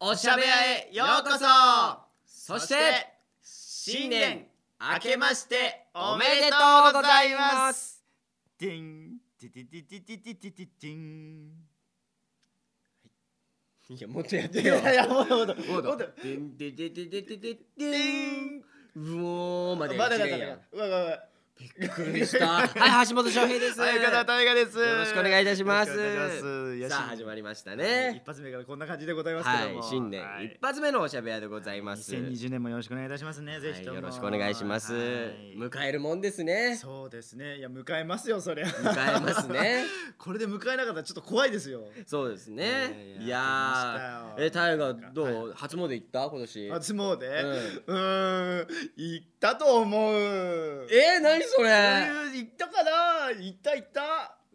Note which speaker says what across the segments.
Speaker 1: おしゃべりへようこそそして新年明けましておめでとうございます
Speaker 2: てんてててててててててん
Speaker 1: いやもっとやっ
Speaker 2: いやいやもっともっ
Speaker 1: も
Speaker 2: と
Speaker 1: っ
Speaker 2: もっと
Speaker 1: とでんでででででで
Speaker 2: て
Speaker 1: でん
Speaker 2: ん
Speaker 1: うおーまで
Speaker 2: まだ
Speaker 1: 一
Speaker 2: だ
Speaker 1: 年
Speaker 2: から
Speaker 1: や
Speaker 2: うわうわうわ
Speaker 1: びっくりしたはい橋本翔平です
Speaker 2: 相方
Speaker 1: よ
Speaker 2: 大河です
Speaker 1: ろしくお願いいたします
Speaker 2: よろくお願いしますいや
Speaker 1: さあ
Speaker 2: 新
Speaker 1: 始まりました
Speaker 2: はい
Speaker 1: ね
Speaker 2: 一発目からこんな感じでございます
Speaker 1: は
Speaker 2: けど
Speaker 1: い
Speaker 2: も
Speaker 1: 新年
Speaker 2: はい
Speaker 1: 一発目のおしゃべりでございます
Speaker 2: 2020年もよろしくお願いいたしますねぜ
Speaker 1: は
Speaker 2: ひ
Speaker 1: い
Speaker 2: とも
Speaker 1: よろしくお願いします
Speaker 2: はい
Speaker 1: 迎えるもんですね
Speaker 2: そうですねいや迎えますよそれ
Speaker 1: 迎えますね
Speaker 2: これで迎えなかったらちょっと怖いですよ
Speaker 1: そうですねい
Speaker 2: いやい
Speaker 1: や
Speaker 2: ややってました
Speaker 1: ー
Speaker 2: よ
Speaker 1: えタイガーどう初詣行った今年
Speaker 2: 初詣うーん行ったと思う
Speaker 1: えー何それ
Speaker 2: 行ったかな行った行った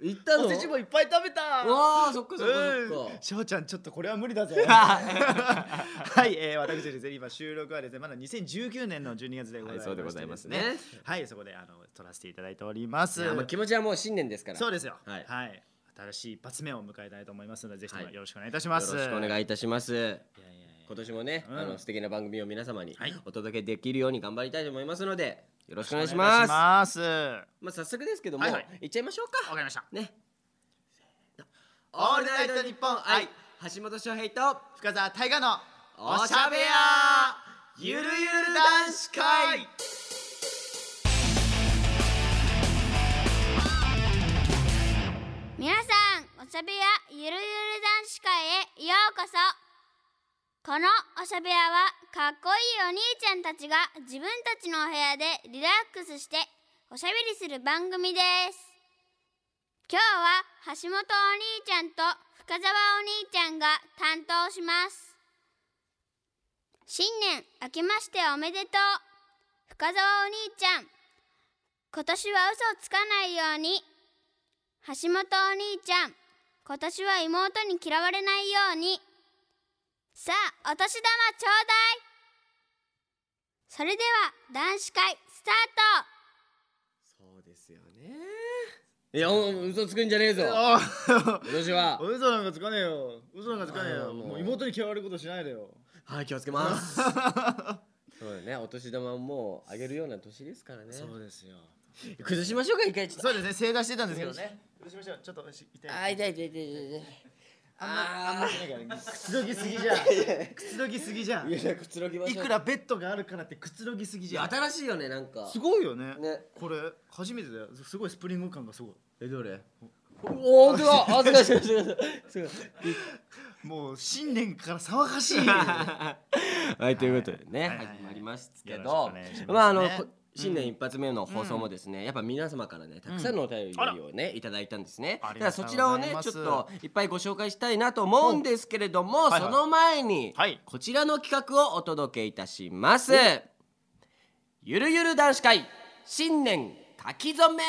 Speaker 1: 行ったの
Speaker 2: おせちもいっぱい食べた
Speaker 1: うわーそっかそっかそっ
Speaker 2: うん
Speaker 1: か
Speaker 2: 翔ちゃんちょっとこれは無理だぞ はい、えー、私ですね今収録はですねまだ2019年の12月でございま
Speaker 1: はい
Speaker 2: す、
Speaker 1: そうでございますね
Speaker 2: はいそこであの撮らせていただいております
Speaker 1: いやまあ気持ちはもう新年ですから
Speaker 2: そう
Speaker 1: よ
Speaker 2: ですよ
Speaker 1: はい
Speaker 2: 新しい一発目を迎えたいと思いますのでぜひとも
Speaker 1: はい
Speaker 2: よろしくお願いいたしま
Speaker 1: ろ
Speaker 2: す、
Speaker 1: しくお願
Speaker 2: い
Speaker 1: いいたします
Speaker 2: やいやいや
Speaker 1: 今年もね
Speaker 2: うん
Speaker 1: あの素敵な番組を皆様に
Speaker 2: はい
Speaker 1: お届けできるように頑張りたいと思いますのでよろしくお願いし
Speaker 2: お願い
Speaker 1: ま
Speaker 2: し
Speaker 1: す
Speaker 2: ます
Speaker 1: まあ早速ですけども
Speaker 2: はいはい
Speaker 1: 行っちゃいましょう
Speaker 2: わ
Speaker 1: か
Speaker 2: かりました
Speaker 1: ね
Speaker 2: オールナイトニッポン
Speaker 1: は
Speaker 2: 愛
Speaker 1: い橋本翔平と
Speaker 2: 深澤大河の
Speaker 1: おしゃべやゆるゆる男子会
Speaker 3: 皆さんおしゃべやゆるゆる男子会へようこそこのおしゃべやはかっこいいお兄ちゃんたちが自分たちのお部屋でリラックスしておしゃべりする番組です今日は橋本お兄ちゃんと深澤お兄ちゃんが担当します新年明けましておめでとう深澤お兄ちゃん今年は嘘をつかないように橋本お兄ちゃん今年は妹に嫌われないようにさあお年玉ちょうだいそれでは男子会スタート
Speaker 1: そうですよねいやお嘘つくんじゃねえぞ
Speaker 2: お
Speaker 1: 今年は
Speaker 2: 嘘なんかつかねえよ嘘なんかつかねえ
Speaker 1: あー
Speaker 2: よ
Speaker 1: もう
Speaker 2: もう妹に嫌われることしないでよ
Speaker 1: はい気をつけます そうだねお年玉もあげるような年ですからね
Speaker 2: そうですよ
Speaker 1: 崩しましょうか一回ちょっと
Speaker 2: そうですね正座してたんですけどねどうしましょうちょっとし痛い
Speaker 1: あー痛い痛い痛い痛い痛いあんま
Speaker 2: くつろぎすぎじゃんくつろぎすぎじゃん
Speaker 1: いやくつろぎましょ
Speaker 2: いうくらベッドがあるからってくつろぎすぎ
Speaker 1: い
Speaker 2: じゃ
Speaker 1: や
Speaker 2: ん
Speaker 1: 新しいよねなんか
Speaker 2: すごいよね
Speaker 1: ね
Speaker 2: これ初めてだよすごいスプリング感がすごい
Speaker 1: えどれおおー本当だ恥ずかしい恥ずかしい恥ずかしい
Speaker 2: もう新年から騒がし い
Speaker 1: はい、ということでね、
Speaker 2: はいはいはい
Speaker 1: 始まりますけ
Speaker 2: よろ
Speaker 1: ど
Speaker 2: しくお願いしますね、
Speaker 1: まああの
Speaker 2: う
Speaker 1: こ
Speaker 2: ん
Speaker 1: 新年一発目の放送もですね、やっぱ皆様からねたくさんのお便りをね、いただいたんですね。
Speaker 2: あ
Speaker 1: だ
Speaker 2: り
Speaker 1: か
Speaker 2: が
Speaker 1: ら
Speaker 2: と
Speaker 1: そ
Speaker 2: うござ
Speaker 1: ち
Speaker 2: い
Speaker 1: らを
Speaker 2: ます
Speaker 1: ねちょっといっぱいご紹介したいなと思うんですけれども、
Speaker 2: はいはい
Speaker 1: その前に、
Speaker 2: はい
Speaker 1: こちらの企画をお届けいたします。ゆるゆる男子会新年書き初め。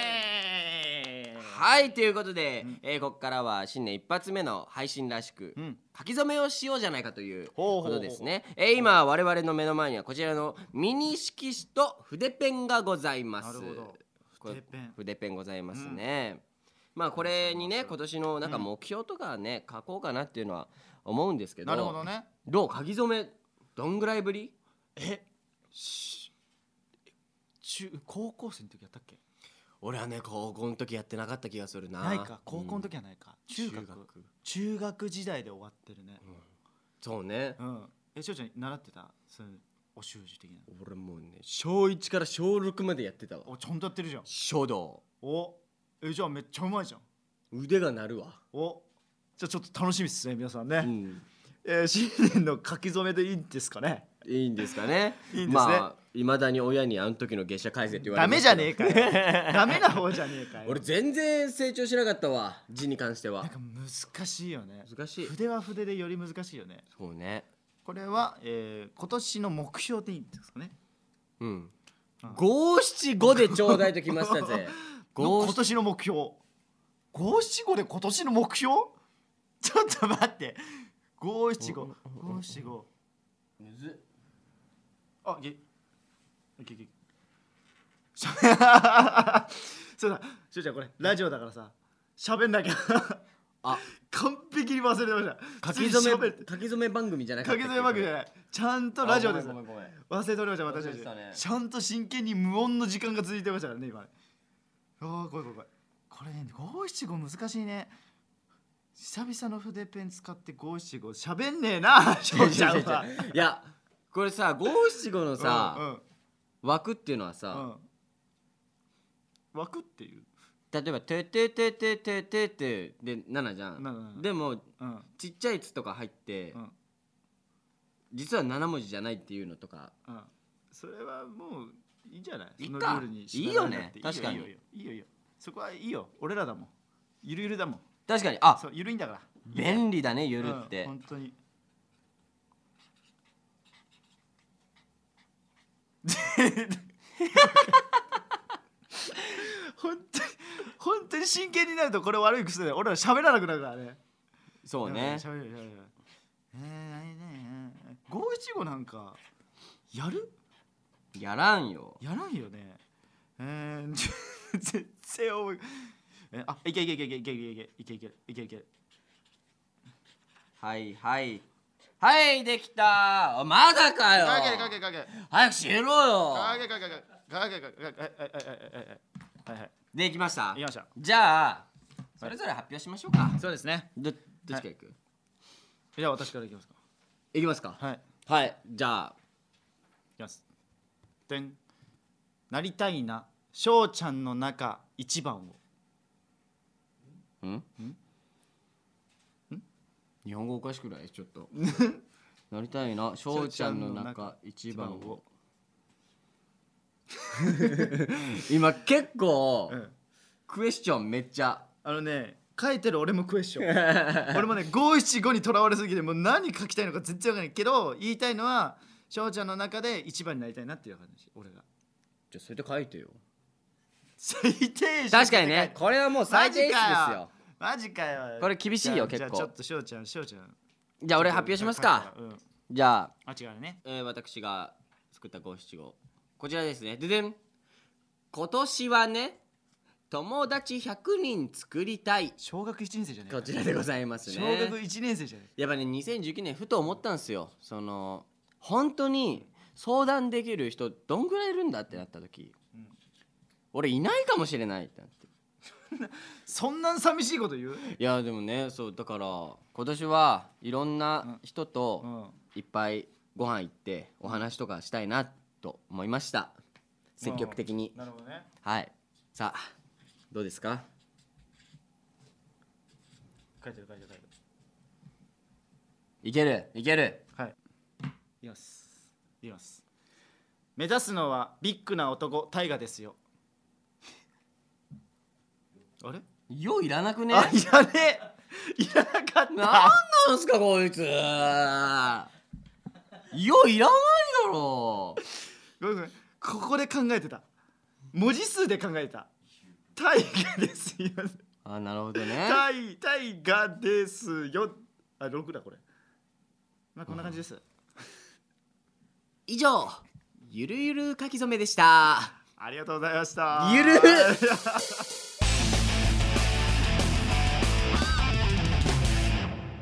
Speaker 2: エーイ
Speaker 1: はいということで、えーここからは新年一発目の配信らしく、
Speaker 2: うん
Speaker 1: 書き初めをしようじゃないかという
Speaker 2: ほうほう
Speaker 1: こ
Speaker 2: ほう
Speaker 1: とですねえー今我々の目の前にはこちらのミニ色紙と筆ペンがございます
Speaker 2: なるほど
Speaker 1: これ
Speaker 2: 筆ペン
Speaker 1: 筆ペンございますね、まあこれにね今年のなんか目標とかね、書こうかなっていうのは思うんですけど
Speaker 2: なるほどね
Speaker 1: どう書き初めどんぐらいぶり
Speaker 2: えし中高校生の時やったっけ
Speaker 1: 俺はね高校の時やってなかった気がするな
Speaker 2: ないか高校の
Speaker 1: 時、
Speaker 2: 時はないか、
Speaker 1: うん
Speaker 2: 中学
Speaker 1: 中学
Speaker 2: 中学時代で終わってるね
Speaker 1: そうね
Speaker 2: うん、えしょうちゃん習ってたそういうお習字的な
Speaker 1: 俺もうね小1から小6までやってたわ
Speaker 2: おちゃんとやってるじゃん
Speaker 1: 書道
Speaker 2: おえじゃあめっちゃうまいじゃん
Speaker 1: 腕が鳴るわ、
Speaker 2: おじゃあちょっと楽しみですね皆さんね、
Speaker 1: うん、
Speaker 2: えー新年の書き初めでいいんですかね
Speaker 1: いいんですかね
Speaker 2: いいんですね
Speaker 1: まあいまだに親にあの時の下車返せって言われ
Speaker 2: ダ
Speaker 1: ま
Speaker 2: メ
Speaker 1: す
Speaker 2: じ
Speaker 1: け
Speaker 2: ゃ
Speaker 1: ど
Speaker 2: ねえかよダメな方じゃねえかよ
Speaker 1: 俺全然成長しなかったわ字に関して
Speaker 2: なん
Speaker 1: は
Speaker 2: か難しいよね
Speaker 1: 難しい
Speaker 2: 筆は筆でより難しいよね
Speaker 1: そうね
Speaker 2: これは、えー今年の目標でいいんですかね
Speaker 1: うん
Speaker 2: うん
Speaker 1: 五七五でちょうだいときましたぜ
Speaker 2: の
Speaker 1: 五
Speaker 2: 今
Speaker 1: 七
Speaker 2: 年の目標五七五で今年の目標 ちょっと待って五七五五七五
Speaker 1: むず
Speaker 2: あげげげ しゃそうだしゅうちゃんこれラジオだからさ喋んなきゃ
Speaker 1: あ
Speaker 2: 完璧に忘れてました
Speaker 1: 書き初め
Speaker 2: 普通に喋って
Speaker 1: 書き初め番組じゃ なか
Speaker 2: 書
Speaker 1: ったっ
Speaker 2: き
Speaker 1: け
Speaker 2: 初め番組じゃないちゃんとラジオです
Speaker 1: あごめんごめんごめん
Speaker 2: 忘れておりました私た
Speaker 1: 忘れ
Speaker 2: ち
Speaker 1: てたね
Speaker 2: ちゃんと真剣に無音の時間が続いてましたからね今ああこれこれこれこれね五七五難しいね久々の筆ペン使って五七五しゃべんねえなしょ うちゃんはい
Speaker 1: やこれさ五七五の
Speaker 2: うんう
Speaker 1: さ
Speaker 2: ん
Speaker 1: 枠っていうのはさ
Speaker 2: うん枠っていう
Speaker 1: 例えば「ててててててて」で7じゃ
Speaker 2: なななん
Speaker 1: でも
Speaker 2: うん
Speaker 1: ちっちゃい「つ」とか入って
Speaker 2: うん
Speaker 1: 実は7文字じゃないっていうのとか
Speaker 2: うんそれはもういいんじゃない
Speaker 1: いっ
Speaker 2: そのル
Speaker 1: か
Speaker 2: ールに縛られなくて
Speaker 1: いいよね確かに
Speaker 2: いいよいいよいいよいいよそこはいいよ俺らだもんゆるゆるだもん
Speaker 1: 確かにあ
Speaker 2: そうゆるいんだから
Speaker 1: 便利だねゆ
Speaker 2: ゆ
Speaker 1: るって
Speaker 2: 本当に本当に本当に真剣になるとこれ悪い癖で俺ら喋らなくなるからね
Speaker 1: そうね
Speaker 2: 喋る喋る喋るえー何何何五七五なんかやる
Speaker 1: やらんよ
Speaker 2: やらんよねえー、全然思いえあいけいけいけいけいけいけいけいけいけいけいけいけ
Speaker 1: はいはいはいできたまだかよ
Speaker 2: かけかけかけ
Speaker 1: 早くしろよ
Speaker 2: かけかけかけかけかけはいはいはいはいはいはい
Speaker 1: できました
Speaker 2: いきました
Speaker 1: じゃあそれぞれ発表しましょうか
Speaker 2: そうですね
Speaker 1: どどっちからいく
Speaker 2: じゃあ私からいきますか
Speaker 1: いきますか
Speaker 2: はいい
Speaker 1: はいじゃあ
Speaker 2: きますてんなりたいな翔ちゃんの中一番を
Speaker 1: ん日本語おかしくないちょっ となりたいな翔ちゃんの中一番を今結構
Speaker 2: うん
Speaker 1: クエスチョンめっちゃ
Speaker 2: あのね書いてる俺もクエスチョン俺もね575にとらわれすぎてもう何書きたいのか全然わかんないけど言いたいのは翔ちゃんの中で一番になりたいなっていう話俺が
Speaker 1: じゃあそれで書いてよ
Speaker 2: 最低
Speaker 1: 確かにねこれはもう最低で
Speaker 2: マジ
Speaker 1: す
Speaker 2: か
Speaker 1: よ
Speaker 2: よマジかよ
Speaker 1: これ厳しいよ
Speaker 2: じゃ
Speaker 1: 結
Speaker 2: あ
Speaker 1: 構
Speaker 2: じゃあちょっと翔ちゃん翔ちゃん
Speaker 1: じゃあ俺発表しますか
Speaker 2: うん
Speaker 1: じゃあ
Speaker 2: あ違うね
Speaker 1: えー私が作った五七五こちらですねででん今年はね友達100人作りたい
Speaker 2: 小学1年生じゃねえか
Speaker 1: こちらでございますね
Speaker 2: 小学1年生じゃね
Speaker 1: やっぱね2019年ふと思ったんですよその本当に相談できる人どんぐらいいるんだってなった時、俺いないかもしれないってなって
Speaker 2: えそんな寂しいこと言う、
Speaker 1: いやでもねそうだから今年はいろんな人と、
Speaker 2: う
Speaker 1: い
Speaker 2: ん、
Speaker 1: っぱいご飯行ってお話とかしたいなと思いました積極的に
Speaker 2: なるほどね
Speaker 1: はいさあどうですか
Speaker 2: 書いてる書いてる書いてる
Speaker 1: いけるいける
Speaker 2: はいいきますいきます目指すのはビッグな男タイガですよ あれ
Speaker 1: よいらなくね
Speaker 2: あいらねえいらなかっ
Speaker 1: なん
Speaker 2: た
Speaker 1: なんすかこいつよいらないだろ
Speaker 2: ごめんごめんここで考えてた文字数で考えてたタイガですよ
Speaker 1: あなるほど ね
Speaker 2: タイタイガですよあ六だこれまあこんな感じです、
Speaker 1: 以上ゆるゆる書き初めでした
Speaker 2: ありがとうございました
Speaker 1: ゆるっ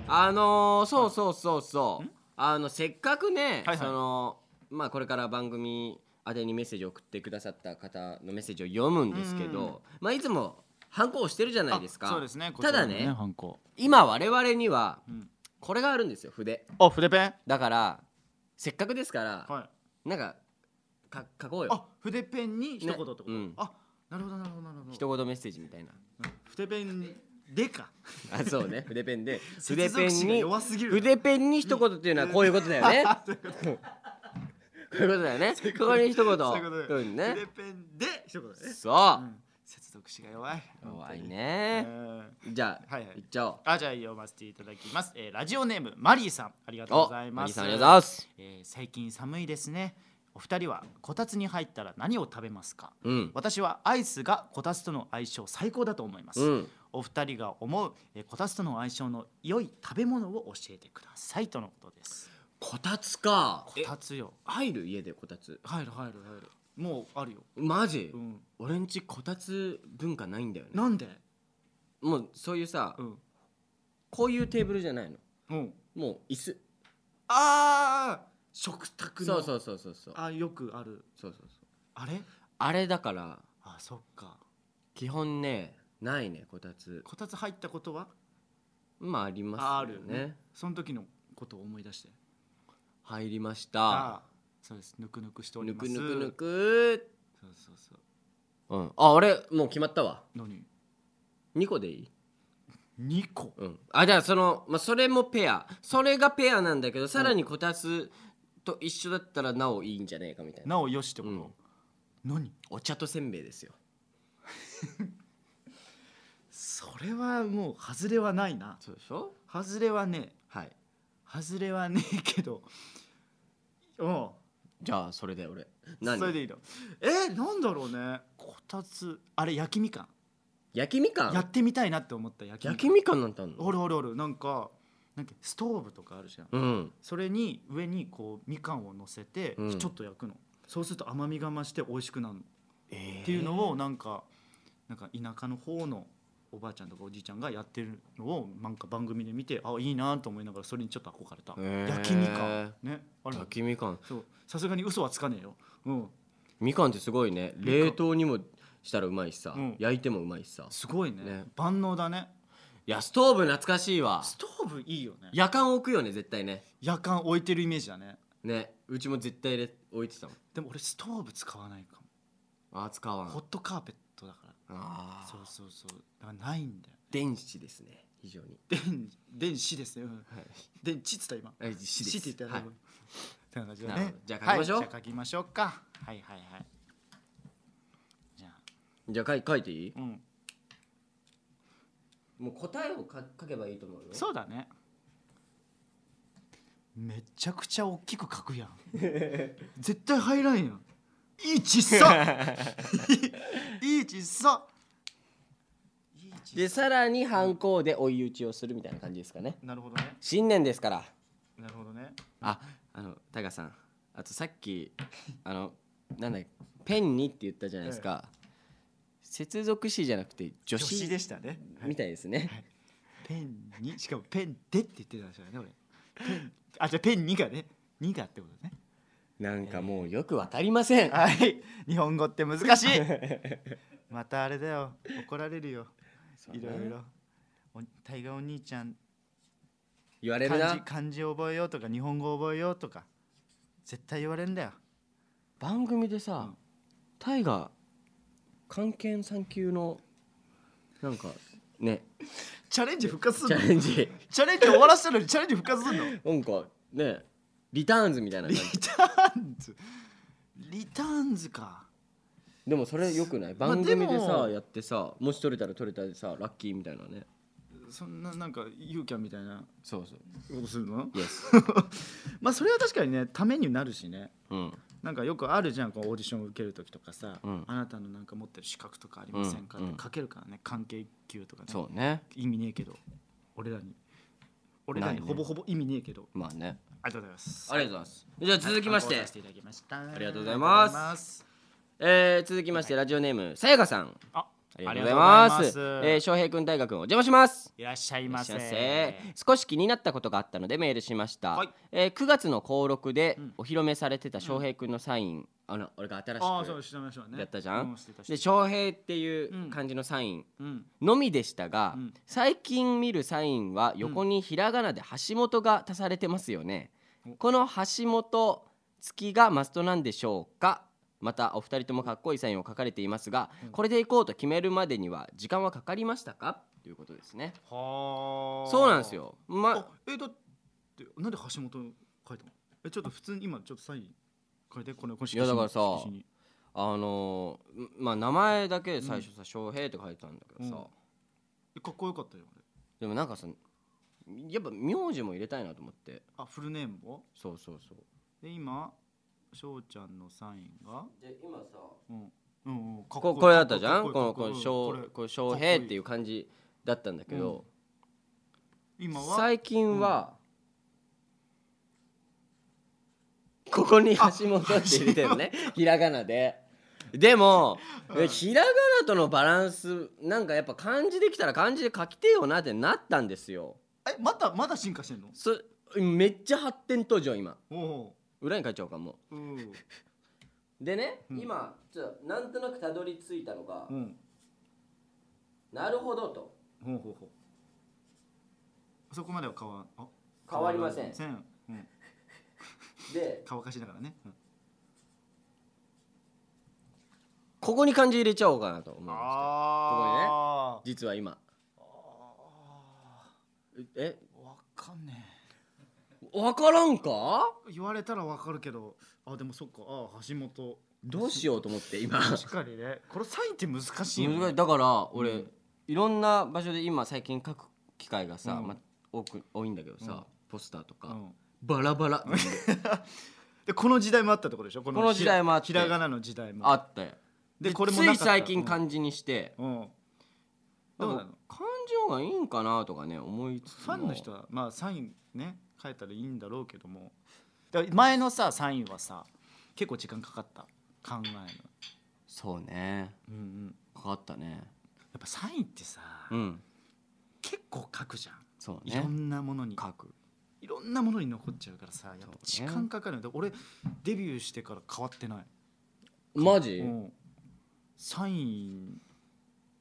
Speaker 1: あのーそうそうそうそうあのせっかくね、
Speaker 2: はいはい
Speaker 1: そのまあこれから番組宛てにメッセージを送ってくださった方のメッセージを読むんですけ
Speaker 2: うん
Speaker 1: ど、まあいつも反抗してるじゃないですか
Speaker 2: あそうですねこち
Speaker 1: た
Speaker 2: ら
Speaker 1: だ
Speaker 2: の
Speaker 1: ね
Speaker 2: ハンコ
Speaker 1: 今我々には
Speaker 2: うん
Speaker 1: これがあるんですよ筆
Speaker 2: あ筆ペン
Speaker 1: だからせっかくですから、
Speaker 2: はい
Speaker 1: なんかか書こうよ
Speaker 2: あ筆ペンに一言ってこ
Speaker 1: ね
Speaker 2: と、
Speaker 1: うん
Speaker 2: あなるほどなるほどなるほど
Speaker 1: 一言メッセージみたいな
Speaker 2: 筆ペンでか
Speaker 1: あそうね筆ペン で筆
Speaker 2: 接
Speaker 1: ペン
Speaker 2: 続詞が
Speaker 1: に
Speaker 2: 弱すぎるな
Speaker 1: 筆ペンに一言っていうのはこういうことだよねこういうことだよ ねここに一言
Speaker 2: そういうことで
Speaker 1: う、んね
Speaker 2: 筆ペンで一言ね、
Speaker 1: そう
Speaker 2: う、ん、接続詞が弱い
Speaker 1: 怖い
Speaker 2: え
Speaker 1: ねじゃあ、
Speaker 2: はい
Speaker 1: い
Speaker 2: はい
Speaker 1: っちゃおう
Speaker 2: あじゃあ読ませていただきます、えー、ラジオネームマリーさんありがとうござい
Speaker 1: おマ
Speaker 2: ます
Speaker 1: リーさんありがとうございます、
Speaker 2: えー最近寒いですねお二人はこたつに入ったら何を食べますか
Speaker 1: うん
Speaker 2: 私はアイスがこたつとの相性最高だと思います、
Speaker 1: うん
Speaker 2: お二人が思う、えーこたつとの相性の良い食べ物を教えてくださいとのことです
Speaker 1: こたつか
Speaker 2: こ
Speaker 1: え
Speaker 2: たつよ
Speaker 1: 入る家でこたつ
Speaker 2: 入る入る入るもうあるよ、
Speaker 1: マジ、
Speaker 2: うん、
Speaker 1: 俺んちこたつ文化ないんだよね
Speaker 2: なんで、
Speaker 1: もうそういうさ、
Speaker 2: うん、
Speaker 1: こういうテーブルじゃないの
Speaker 2: うん
Speaker 1: もう椅子
Speaker 2: ああ食卓の
Speaker 1: そうそうそうそうそう
Speaker 2: あよくある
Speaker 1: そうそうそう
Speaker 2: あれ
Speaker 1: あれだから
Speaker 2: あそっか
Speaker 1: 基本ねないねこたつ
Speaker 2: こたつ入ったことは
Speaker 1: まあありますよ
Speaker 2: あるよ
Speaker 1: ね
Speaker 2: ねその時のことを思い出して
Speaker 1: 入りました
Speaker 2: あそうですぬくぬくしており
Speaker 1: ぬ
Speaker 2: ま
Speaker 1: く
Speaker 2: す
Speaker 1: ぬくぬく
Speaker 2: そうそうそう
Speaker 1: うんあ俺もう決まったわ
Speaker 2: 何
Speaker 1: 2個でいい
Speaker 2: 2個
Speaker 1: うん、あじゃあその、まあ、それもペアそれがペアなんだけどさらにこたつと一緒だったらなおいいんじゃねえかみたいな
Speaker 2: なおよしってこと、
Speaker 1: うん
Speaker 2: 何
Speaker 1: お茶とせんべいですよ
Speaker 2: それはもう外れはないな
Speaker 1: そうでしょ
Speaker 2: 外れはね
Speaker 1: はい
Speaker 2: 外れはねえけどうん
Speaker 1: じゃあそれで俺何
Speaker 2: それでいいのえなんだろうねこたつあれ焼きみかん
Speaker 1: 焼きみか
Speaker 2: や
Speaker 1: ん
Speaker 2: ってみたいなって思った焼きみ
Speaker 1: 焼
Speaker 2: か
Speaker 1: き
Speaker 2: ん
Speaker 1: みかんなんてあんの
Speaker 2: おるおるおるなんかなんかストーブとかあるじゃん
Speaker 1: うん
Speaker 2: それに上にこうみかんを乗せて
Speaker 1: うん
Speaker 2: ちょっと焼くの、そうすると甘みが増して美味しくなるの、
Speaker 1: えー
Speaker 2: っていうのをなんかなんか田舎の方のおばあちゃんとかおじいちゃんがやってるのをなんか番組で見てあいいなと思いながらそれにちょっと憧れた、
Speaker 1: へー
Speaker 2: 焼きみかんねあれ
Speaker 1: 焼きみかん
Speaker 2: そうさすがに嘘はつかねえようん
Speaker 1: みかんってすごいね
Speaker 2: かん
Speaker 1: 冷凍にもしたらうまいしさ、
Speaker 2: うん
Speaker 1: 焼いてもうまいしさ
Speaker 2: すごいね
Speaker 1: ね
Speaker 2: 万能だね
Speaker 1: いやストーブ懐かしいわ
Speaker 2: ストーブいいよね
Speaker 1: 夜間置くよね絶対ね
Speaker 2: 夜間置いてるイメージだね
Speaker 1: ねうちも絶対で置いてたもん
Speaker 2: でも俺ストーブ使わないか
Speaker 1: あー使わ
Speaker 2: もホッ
Speaker 1: ん
Speaker 2: トカーペットだから
Speaker 1: あー
Speaker 2: そうそうそうだからないんだよ
Speaker 1: 電子ですね非常に
Speaker 2: 電電子ですね、うん、
Speaker 1: はい
Speaker 2: 電池っつった今
Speaker 1: はい、死
Speaker 2: 子って言った
Speaker 1: は
Speaker 2: よ
Speaker 1: い
Speaker 2: ね、ってな感じだ
Speaker 1: なる
Speaker 2: ね
Speaker 1: ほどじゃあ書きましょう
Speaker 2: はい、じゃあ書きましょうかはいはいはいじゃあ
Speaker 1: じゃあ書い書いていい
Speaker 2: うん
Speaker 1: もう答えを書書けばいいと思うよ
Speaker 2: そうだねめちゃくちゃ大きく 書くやん絶対入らんやんいいち っさいいちっさいいちっさ
Speaker 1: でさらに反抗で追い打ちをするみたいな感じですかね
Speaker 2: なるほどね
Speaker 1: 新年ですから
Speaker 2: なるほどね
Speaker 1: ああのタカさんあとさっきあのなんだペンにって言ったじゃないですか、接続詞じゃなくて助
Speaker 2: 女
Speaker 1: 詞
Speaker 2: 子でしたね
Speaker 1: みたいですね、
Speaker 2: ペンにしかもペンでって言ってたんですよね俺ペンあじゃあペン2がね2がってことね
Speaker 1: なんかもうよくわかりません、
Speaker 2: はい日本語って難しい またあれだよ怒られるよ
Speaker 1: そう
Speaker 2: い
Speaker 1: ね
Speaker 2: ろいろお大河お兄ちゃん
Speaker 1: 言われる
Speaker 2: 漢字
Speaker 1: な
Speaker 2: 漢字覚えようとか日本語覚えようとか絶対言われるんだよ
Speaker 1: 番組でさ、
Speaker 2: うん
Speaker 1: タイガ関係三級のなんかね
Speaker 2: チャレンジ復活す
Speaker 1: チ
Speaker 2: る
Speaker 1: ャレ
Speaker 2: の
Speaker 1: ンジ
Speaker 2: チャレンジ終わらせたのにチャレンジ復活するの
Speaker 1: なんかねリターンズみたいな
Speaker 2: リ
Speaker 1: 感じ
Speaker 2: ターンズリターンズか
Speaker 1: でもそれよくない
Speaker 2: まあ
Speaker 1: 番組で
Speaker 2: で
Speaker 1: さ
Speaker 2: も
Speaker 1: やってさもし取れたら取れたでさラッキーみたいなね
Speaker 2: そんななんかユーキャンみたいな
Speaker 1: そうそう
Speaker 2: ことするの
Speaker 1: イエス
Speaker 2: まあそれは確かにねためになるしね
Speaker 1: うん
Speaker 2: なんかよくあるじゃんこうオーディションを受ける時とかさ、
Speaker 1: うん
Speaker 2: あなたのなんか持ってる資格とかありませんかっ
Speaker 1: うんうん
Speaker 2: て書けるからね関係級とかね
Speaker 1: そうね
Speaker 2: 意味ねえけど俺らに俺ら
Speaker 1: ない
Speaker 2: に
Speaker 1: ね
Speaker 2: ほぼほぼ意味ねえけど、
Speaker 1: まあね
Speaker 2: ありがとうございます
Speaker 1: ありがとうございますじゃあ続きまし
Speaker 2: はい
Speaker 1: て
Speaker 2: 参考させいただきました
Speaker 1: ありがとうございます
Speaker 2: ありがとうございます
Speaker 1: えー続きましてラジオネームさやかさん
Speaker 2: あ
Speaker 1: ありがとうございま
Speaker 2: あり
Speaker 1: す
Speaker 2: がとうございます
Speaker 1: えー翔平くん大学お邪魔します
Speaker 2: いらっしゃい
Speaker 1: いら
Speaker 2: ま
Speaker 1: っし
Speaker 2: せ
Speaker 1: ゃいませ少し気になったことがあったのでメールしました、
Speaker 2: はい
Speaker 1: えー9月の登録で
Speaker 2: うん
Speaker 1: お披露目されてた翔平くんのサイン、あの俺が新し
Speaker 2: ああそう
Speaker 1: く
Speaker 2: してましょうね
Speaker 1: やったじゃん
Speaker 2: うしてたして
Speaker 1: で
Speaker 2: た
Speaker 1: 翔平っていう感じのサイン、
Speaker 2: うん
Speaker 1: のみでしたが、
Speaker 2: うん
Speaker 1: 最近見るサインは横にひらがなで橋本が足されてますよね、
Speaker 2: お
Speaker 1: この橋本付きがマストなんでしょうかまたお二人ともかっこいいサインを書かれていますが、
Speaker 2: うん
Speaker 1: これでいこうと決めるまでには時間はかかりましたかということですね
Speaker 2: はあ
Speaker 1: そうなんですよま
Speaker 2: あえだってなんで橋本書いたのえちょっと普通に今ちょっとサイン書いてこのこの
Speaker 1: い
Speaker 2: 色紙に
Speaker 1: やだからさ
Speaker 2: 色紙に
Speaker 1: あのーんまあ名前だけで最初さ「翔平」って書いてたんだけどさ、
Speaker 2: うんえかっこよかったよあれ
Speaker 1: でもなんかさやっぱ名字も入れたいなと思って
Speaker 2: あフルネームも
Speaker 1: そうそうそう
Speaker 2: で今翔ちゃんのサインが
Speaker 1: で今さ
Speaker 2: うんうんうんかっ
Speaker 1: こ
Speaker 2: いい
Speaker 1: これだったじゃん
Speaker 2: か
Speaker 1: こ
Speaker 2: っいい
Speaker 1: の
Speaker 2: か
Speaker 1: こ
Speaker 2: っい
Speaker 1: の
Speaker 2: い
Speaker 1: 翔
Speaker 2: これ
Speaker 1: こう翔平っていう感じだったんだけど、
Speaker 2: 今は
Speaker 1: 最近は、 ここに橋本って入れてるねひらがなで。でも、
Speaker 2: うん
Speaker 1: ひらがなとのバランスなんかやっぱ漢字できたら漢字で書きてえよなってなったんですよ
Speaker 2: えまたまだ進化してんの
Speaker 1: そめっちゃ発展途上今
Speaker 2: おお
Speaker 1: 裏に書いちゃおうかも
Speaker 2: ううん
Speaker 1: うでね、
Speaker 2: うん
Speaker 1: 今ちょっとなんとなくたどり着いたのが、
Speaker 2: うん
Speaker 1: なるほどと
Speaker 2: ほうほうほうそこまでは変わあ
Speaker 1: 変わりません
Speaker 2: 変わりませんうん
Speaker 1: で
Speaker 2: 乾かしながらね、うん
Speaker 1: ここに漢字入れちゃおうかなと思いました
Speaker 2: あ
Speaker 1: 実は今え
Speaker 2: ここねわ
Speaker 1: わか
Speaker 2: かんね
Speaker 1: らんか
Speaker 2: え言われたらわかるけどあでもそっかあ橋本
Speaker 1: どうしようと思って今
Speaker 2: 確かにねこれサインって難しいよね
Speaker 1: 難しいだから俺、
Speaker 2: うん
Speaker 1: いろんな場所で今最近書く機会がさ、
Speaker 2: うん
Speaker 1: ま、多く多いんだけどさ、
Speaker 2: うん
Speaker 1: ポスターとか、
Speaker 2: うん
Speaker 1: バラバラ
Speaker 2: でこの時代もあったところでしょこ
Speaker 1: この時代もあって
Speaker 2: ひらひらがなの時代も
Speaker 1: あったよ
Speaker 2: で
Speaker 1: で
Speaker 2: これも
Speaker 1: つ
Speaker 2: なか
Speaker 1: い
Speaker 2: った
Speaker 1: 最近漢字にして、
Speaker 2: うん、うんどうな
Speaker 1: なん
Speaker 2: の
Speaker 1: か漢字の方がいいんかなとかね思いつつ
Speaker 2: ファンの人はまあサインね書いたらいいんだろうけどもだから前のさサインはさ結構時間かかった考えるの
Speaker 1: そうね
Speaker 2: うんうん
Speaker 1: かかったね
Speaker 2: やっぱサインってさ、
Speaker 1: うん
Speaker 2: 結構書くじゃん
Speaker 1: そう
Speaker 2: いろ
Speaker 1: ね
Speaker 2: んなものに
Speaker 1: 書く
Speaker 2: いろんなものに残っちゃうからさやっぱ時
Speaker 1: そうね
Speaker 2: 間かかるんだ俺デビューしてから変わってない、
Speaker 1: マジ、
Speaker 2: うんサイン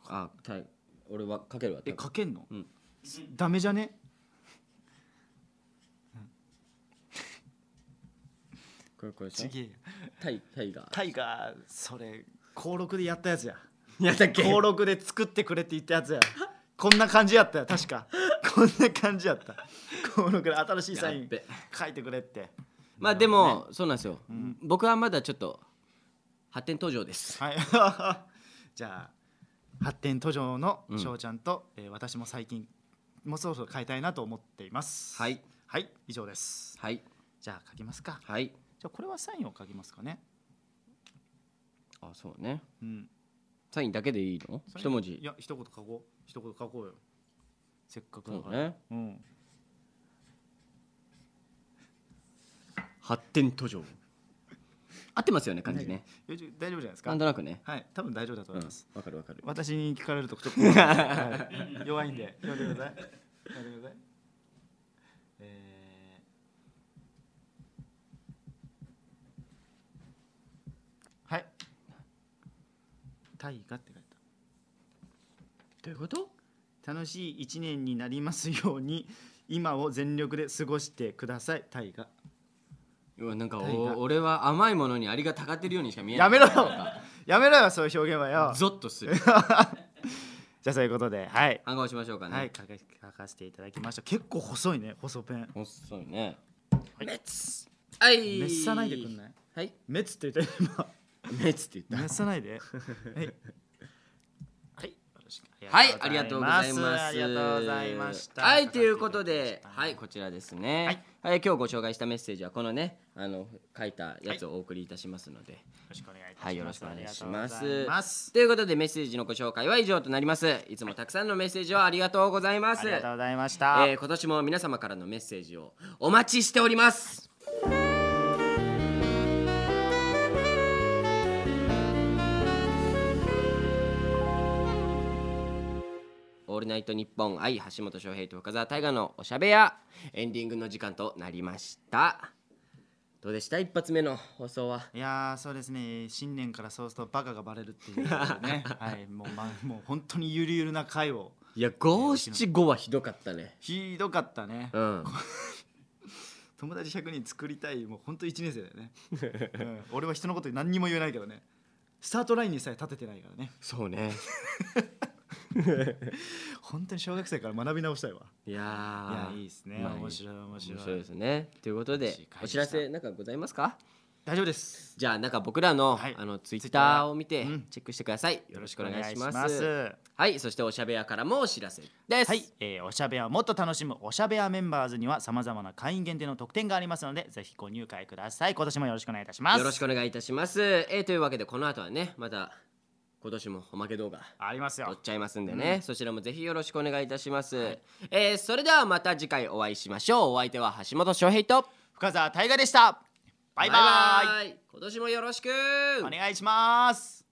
Speaker 1: あたい俺は書けるわ
Speaker 2: え書けんの、
Speaker 1: うん
Speaker 2: ダメじゃね
Speaker 1: これこれでし
Speaker 2: ち
Speaker 1: ょ
Speaker 2: げえよ
Speaker 1: タイタイが
Speaker 2: タイガーそれ高6でやったやつや
Speaker 1: やったっけ
Speaker 2: 登録で作ってくれって言ったやつやこんな感じやったよ確かこんな感 じやった登録で新しいサイ
Speaker 1: やっ
Speaker 2: ン
Speaker 1: べ
Speaker 2: 書いてくれって
Speaker 1: まあでも、そうなんですよ、
Speaker 2: ん
Speaker 1: 僕はまだちょっと発展途上です
Speaker 2: はい じゃあ発展途上の
Speaker 1: うん
Speaker 2: 翔ちゃんと、えー私も最近もうそろそろ変えたいなと思っています
Speaker 1: はい
Speaker 2: はい以上です
Speaker 1: はい
Speaker 2: じゃあ書きますか
Speaker 1: はい
Speaker 2: じゃあこれはサインを書きますかね
Speaker 1: あそうね
Speaker 2: うん
Speaker 1: サインだけでいいの一文
Speaker 2: い
Speaker 1: 字
Speaker 2: や一言書こう一言書こうよせっかくだ
Speaker 1: そ
Speaker 2: か
Speaker 1: う
Speaker 2: ら
Speaker 1: ね
Speaker 2: うん
Speaker 1: 発展途上合ってますよね感じね
Speaker 2: 大丈夫大丈夫じゃないです
Speaker 1: な
Speaker 2: か
Speaker 1: んとなくね
Speaker 2: はい多分大丈夫だと
Speaker 1: うん
Speaker 2: 思い
Speaker 1: わ
Speaker 2: ます、
Speaker 1: かるわかる
Speaker 2: 私に聞かれるとちょっと、はい弱いんで読んでください読んでくださいえーはい「大河」って書い
Speaker 1: どういうこと
Speaker 2: た楽しい一年になりますように今を全力で過ごしてください大河
Speaker 1: うわなんか
Speaker 2: タイが
Speaker 1: お俺は甘いものにありがたがってるようにしか見えない
Speaker 2: やめろよ
Speaker 1: なん
Speaker 2: やめろよそういう表現は
Speaker 1: か
Speaker 2: よ
Speaker 1: ゾッとする
Speaker 2: じゃあそういうことではい
Speaker 1: 暗号しましょうかね、
Speaker 2: はい書か書かせていただきました結構細いね細ペン
Speaker 1: 細いねメツはい
Speaker 2: めっさないでくんない
Speaker 1: はい
Speaker 2: メツって言ったよ今
Speaker 1: メツって言っ
Speaker 2: 出さない で。はい。はい。よろしく
Speaker 1: はいありがとうございます
Speaker 2: ありがとうございました。
Speaker 1: はいということではい
Speaker 2: こ
Speaker 1: こちらですね
Speaker 2: はい、
Speaker 1: はい今日ご紹介したメッセージはこのねあの書いたやつをお送りいたしますので、
Speaker 2: よろしくお願いいたします。
Speaker 1: はい、よろしくお願いしま
Speaker 2: ありがとうござい
Speaker 1: す。
Speaker 2: ます
Speaker 1: ということでメッセージのご紹介は以上となります。いつもたくさんのメッセージをありがとうございま
Speaker 2: あ
Speaker 1: す。
Speaker 2: りがとうございまし
Speaker 1: え
Speaker 2: た。
Speaker 1: ー今年も皆様からのメッセージをお待ちしております。オールナイトニッポン愛橋本翔平と深澤大河のおしゃべやエンディングの時間となりました。どうでした一発目の放送は。
Speaker 2: いやーそうですね新年からそうするとバカがバレるっ ていうことでねはいもう,、ま、もう本当にゆるゆるな回を
Speaker 1: いや五七五はひどかったね。
Speaker 2: ひどかったね、
Speaker 1: うん。
Speaker 2: 友達100人作りたいもう本当1年生だよ ね、うん、俺は人のこと何にも言えないけどねスタートラインにさえ立ててないからね
Speaker 1: そうね。
Speaker 2: 本当に小学生から学び直したいわ
Speaker 1: いや
Speaker 2: いや
Speaker 1: ー
Speaker 2: いいですね
Speaker 1: まあ
Speaker 2: 面白い面白い
Speaker 1: 面白いですね。ということで
Speaker 2: 次回
Speaker 1: お
Speaker 2: でし
Speaker 1: 知
Speaker 2: た
Speaker 1: らせなんかございますか
Speaker 2: 大丈夫です
Speaker 1: じゃあなんか僕らの,、
Speaker 2: はい
Speaker 1: あのツイッ
Speaker 2: Twitter
Speaker 1: ターを見て
Speaker 2: うん
Speaker 1: チェックしてください。よろしくお願いします。
Speaker 2: お願いします
Speaker 1: はいそしておしゃべやからもお知らせです。
Speaker 2: はい、えーおしゃべりをもっと楽しむおしゃべりメンバーズにはさまざまな会員限定の特典がありますのでぜひご入会ください今年もよろしくお願いいたします
Speaker 1: よろしくお願いいたします。えーというわけでこの後はねまた今年もおまけ動画
Speaker 2: ありま
Speaker 1: 撮
Speaker 2: す
Speaker 1: っ
Speaker 2: よ
Speaker 1: ちゃいますんでね、そちらもぜひよろしくお願いいたします、えーそれではまた次回お会いしましょうお相手は橋本翔平と
Speaker 2: 深澤大河でしたバイバイ
Speaker 1: イ今年もよろしく
Speaker 2: お願いします